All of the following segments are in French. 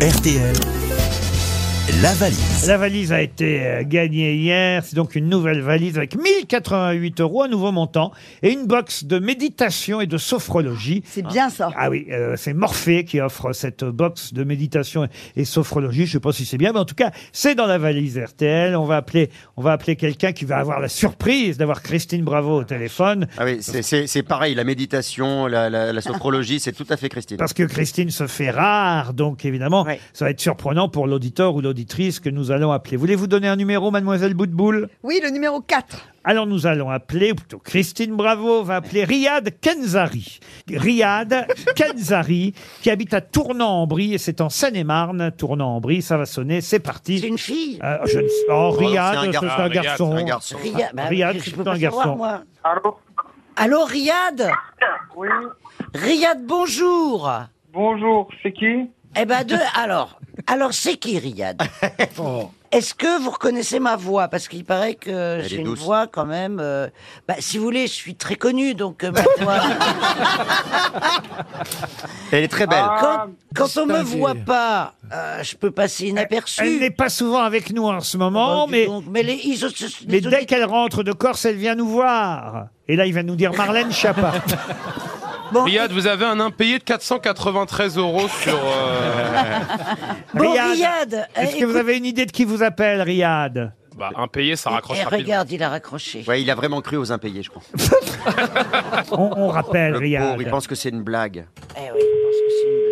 RTL, la valise. La valise a été euh, gagnée hier. C'est donc une nouvelle valise avec 1088 euros, un nouveau montant, et une box de méditation et de sophrologie. C'est bien ça. Ah oui, euh, c'est Morphée qui offre cette box de méditation et sophrologie. Je sais pas si c'est bien, mais en tout cas, c'est dans la valise RTL. On va appeler, on va appeler quelqu'un qui va avoir la surprise d'avoir Christine Bravo au téléphone. Ah oui, c'est- c'est c'est pareil, la méditation, la, la- la sophrologie, c'est tout à fait Christine. Parce que Christine se fait rare, donc évidemment, Ouais. ça va être surprenant pour l'auditeur ou l'auditrice que nous allons appeler. Voulez-vous donner un numéro, mademoiselle Boutboul Oui, le numéro 4. Alors nous allons appeler, ou plutôt Christine Bravo va appeler Riyad Kenzari. Riyad Kenzari, qui habite à Tournant-en-Brie, et c'est en Seine-et-Marne, Tournant-en-Brie, ça va sonner, c'est parti. C'est une fille. Euh, je ne sais- Oh, c'est un Riyad, ce garçon. sera un Ah, Riyad, garçon. c'est un garçon. Riyad, bah, Riyad, je- Ah, c'est je peux plutôt pas un savoir, garçon. moi. Allô Allô, Oh, Riyad Oui, Riyad, bonjour. bonjour, c'est qui Eh ben, de... alors, alors c'est qui Riyad Oh. Est-ce que vous reconnaissez ma voix Parce qu'il paraît que j'ai est une douce. voix quand même. euh, bah, si vous voulez, je suis très connue, donc euh, ma voix. Elle est très belle. quand, Ah, quand on me voit pas, euh, je peux passer inaperçue. Elle n'est pas souvent avec nous en ce moment, Oh, bah, dis mais, donc, mais les, ils ont- ce- mais les dès auditeurs- qu'elle rentre de Corse, elle vient nous voir. Et là, il va nous dire Marlène Chapa. Bon, Riyad, vous avez un impayé de 493 euros sur. euh, bon, Riyad, Riyad, eh, Est-ce que vous écoute- avez une idée de qui vous appelle, Riyad bah, impayé, ça raccroche Eh, rapidement. regarde, il a raccroché. Ouais, il a vraiment cru aux impayés, je crois. on, on rappelle Le pauvre, il Riyad. pense que c'est une blague. Eh oui, je pense que c'est une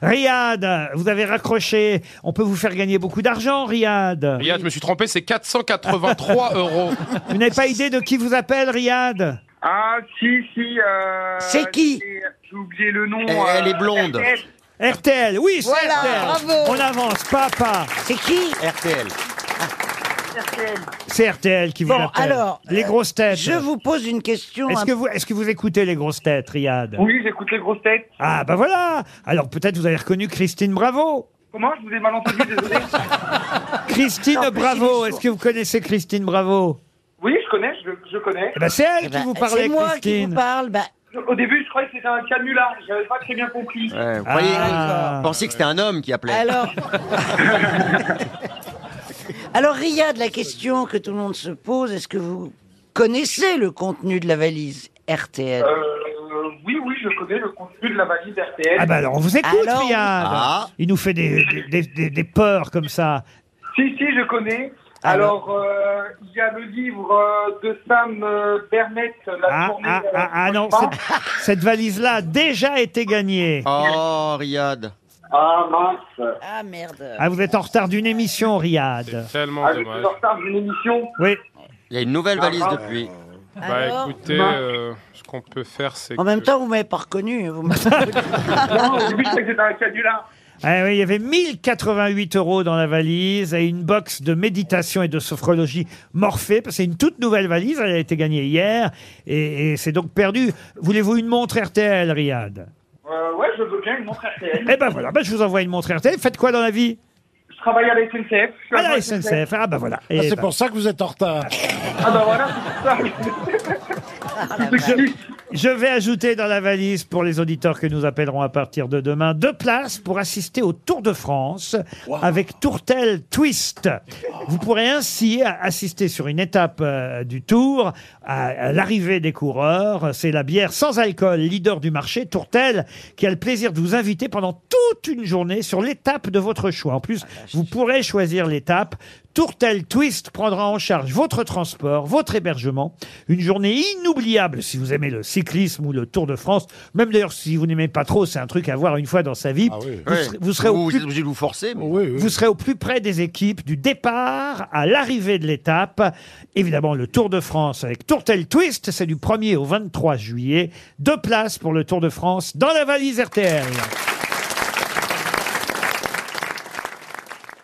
blague. Riyad, vous avez raccroché. On peut vous faire gagner beaucoup d'argent, Riyad. Riyad, je me suis trompé, c'est 483 euros. Vous n'avez pas idée de qui vous appelle, Riyad ah, si, si. euh, C'est qui c'est- J'ai oublié le nom. Eh, euh, Elle- elle est blonde. RTL. RTL, oui, c'est Voilà, RTL. bravo. On avance, papa. C'est qui RTL. C'est RTL qui vous Bon, appelle. alors, les euh, grosses têtes. Je vous pose une question. Est-ce un que vous, est-ce que vous écoutez les grosses têtes, Riyad Oui, j'écoute les grosses têtes. Ah bah voilà. Alors peut-être vous avez reconnu Christine Bravo. Comment Je vous ai mal entendu, désolé. Christine Non, plus il Bravo. est Est-ce sourd. que vous connaissez Christine Bravo Oui, je connais, je, je connais. Eh ben c'est elle Eh qui ben, vous parlait, C'est moi qui Christine. vous parle. Bah, Je- Au début, je croyais que c'était un canular, j'avais pas très bien compris. Ouais, vous croyez- Ah. vous pensiez que c'était un homme qui appelait. alors. alors, Riyad, la question que tout le monde se pose, est-ce que vous connaissez le contenu de la valise RTL Euh, oui, oui, je connais le contenu de la valise RTL. Ah bah alors on vous écoute, Alors- Riyad. Ah. Il nous fait des, des, des- des- des peurs comme ça. Si, si, je connais. Ah, bah. Alors Alors, euh, il y a le livre euh, de Sam euh, Bernett, La Ah, journée. ah, euh, ah, ah, non, prochaine. cette, cette valise-là a déjà été gagnée. Oh, Riyad. Ah mince. Ah merde. Ah, vous êtes en retard d'une émission, C'est Riyad. tellement Ah, je dommage. suis en retard d'une émission. Oui, Il y a une nouvelle valise depuis. Bah Alors, écoutez, Bah. euh, ce qu'on peut faire, c'est. en même que- temps, vous m'avez pas reconnu. Vous m'avez- Non, au début, je croyais que c'était un canular. Ah oui, il y avait 1088 euros dans la valise et une box de méditation et de sophrologie Morphée, parce que c'est une toute nouvelle valise, elle a été gagnée hier, et, et c'est donc perdu. Voulez-vous une montre RTL, Riyad Euh, ouais, je veux bien une montre RTL. Eh ben voilà, ben je vous envoie une montre RTL. Faites quoi dans la vie Je travaille à la SNCF. je suis Ah, la agent SNCF, ah ben voilà. Et c'est ben, pour ça que vous êtes en retard. Ah bah voilà, c'est pour ça. Je vais ajouter dans la valise pour les auditeurs que nous appellerons à partir de demain deux places pour assister au Tour de France avec Tourtel Twist. Vous pourrez ainsi a- assister sur une étape euh, du Tour à, à l'arrivée des coureurs. C'est la bière sans alcool, leader du marché Tourtel, qui a le plaisir de vous inviter pendant toute une journée sur l'étape de votre choix. En plus, vous pourrez choisir l'étape. Tourtel Twist prendra en charge votre transport, votre hébergement, une journée inoubliable si vous aimez le cyclisme ou le Tour de France. Même d'ailleurs, si vous n'aimez pas trop, c'est un truc à voir une fois dans sa vie. Ah oui. Vous Ouais. serez- vous serez au vous plus êtes obligé de vous forcer. mais- Oui, oui. vous serez au plus près des équipes du départ à l'arrivée de l'étape. Évidemment, le Tour de France avec Tourtel Twist, c'est du 1er au 23 juillet. Deux places pour le Tour de France dans la valise RTL.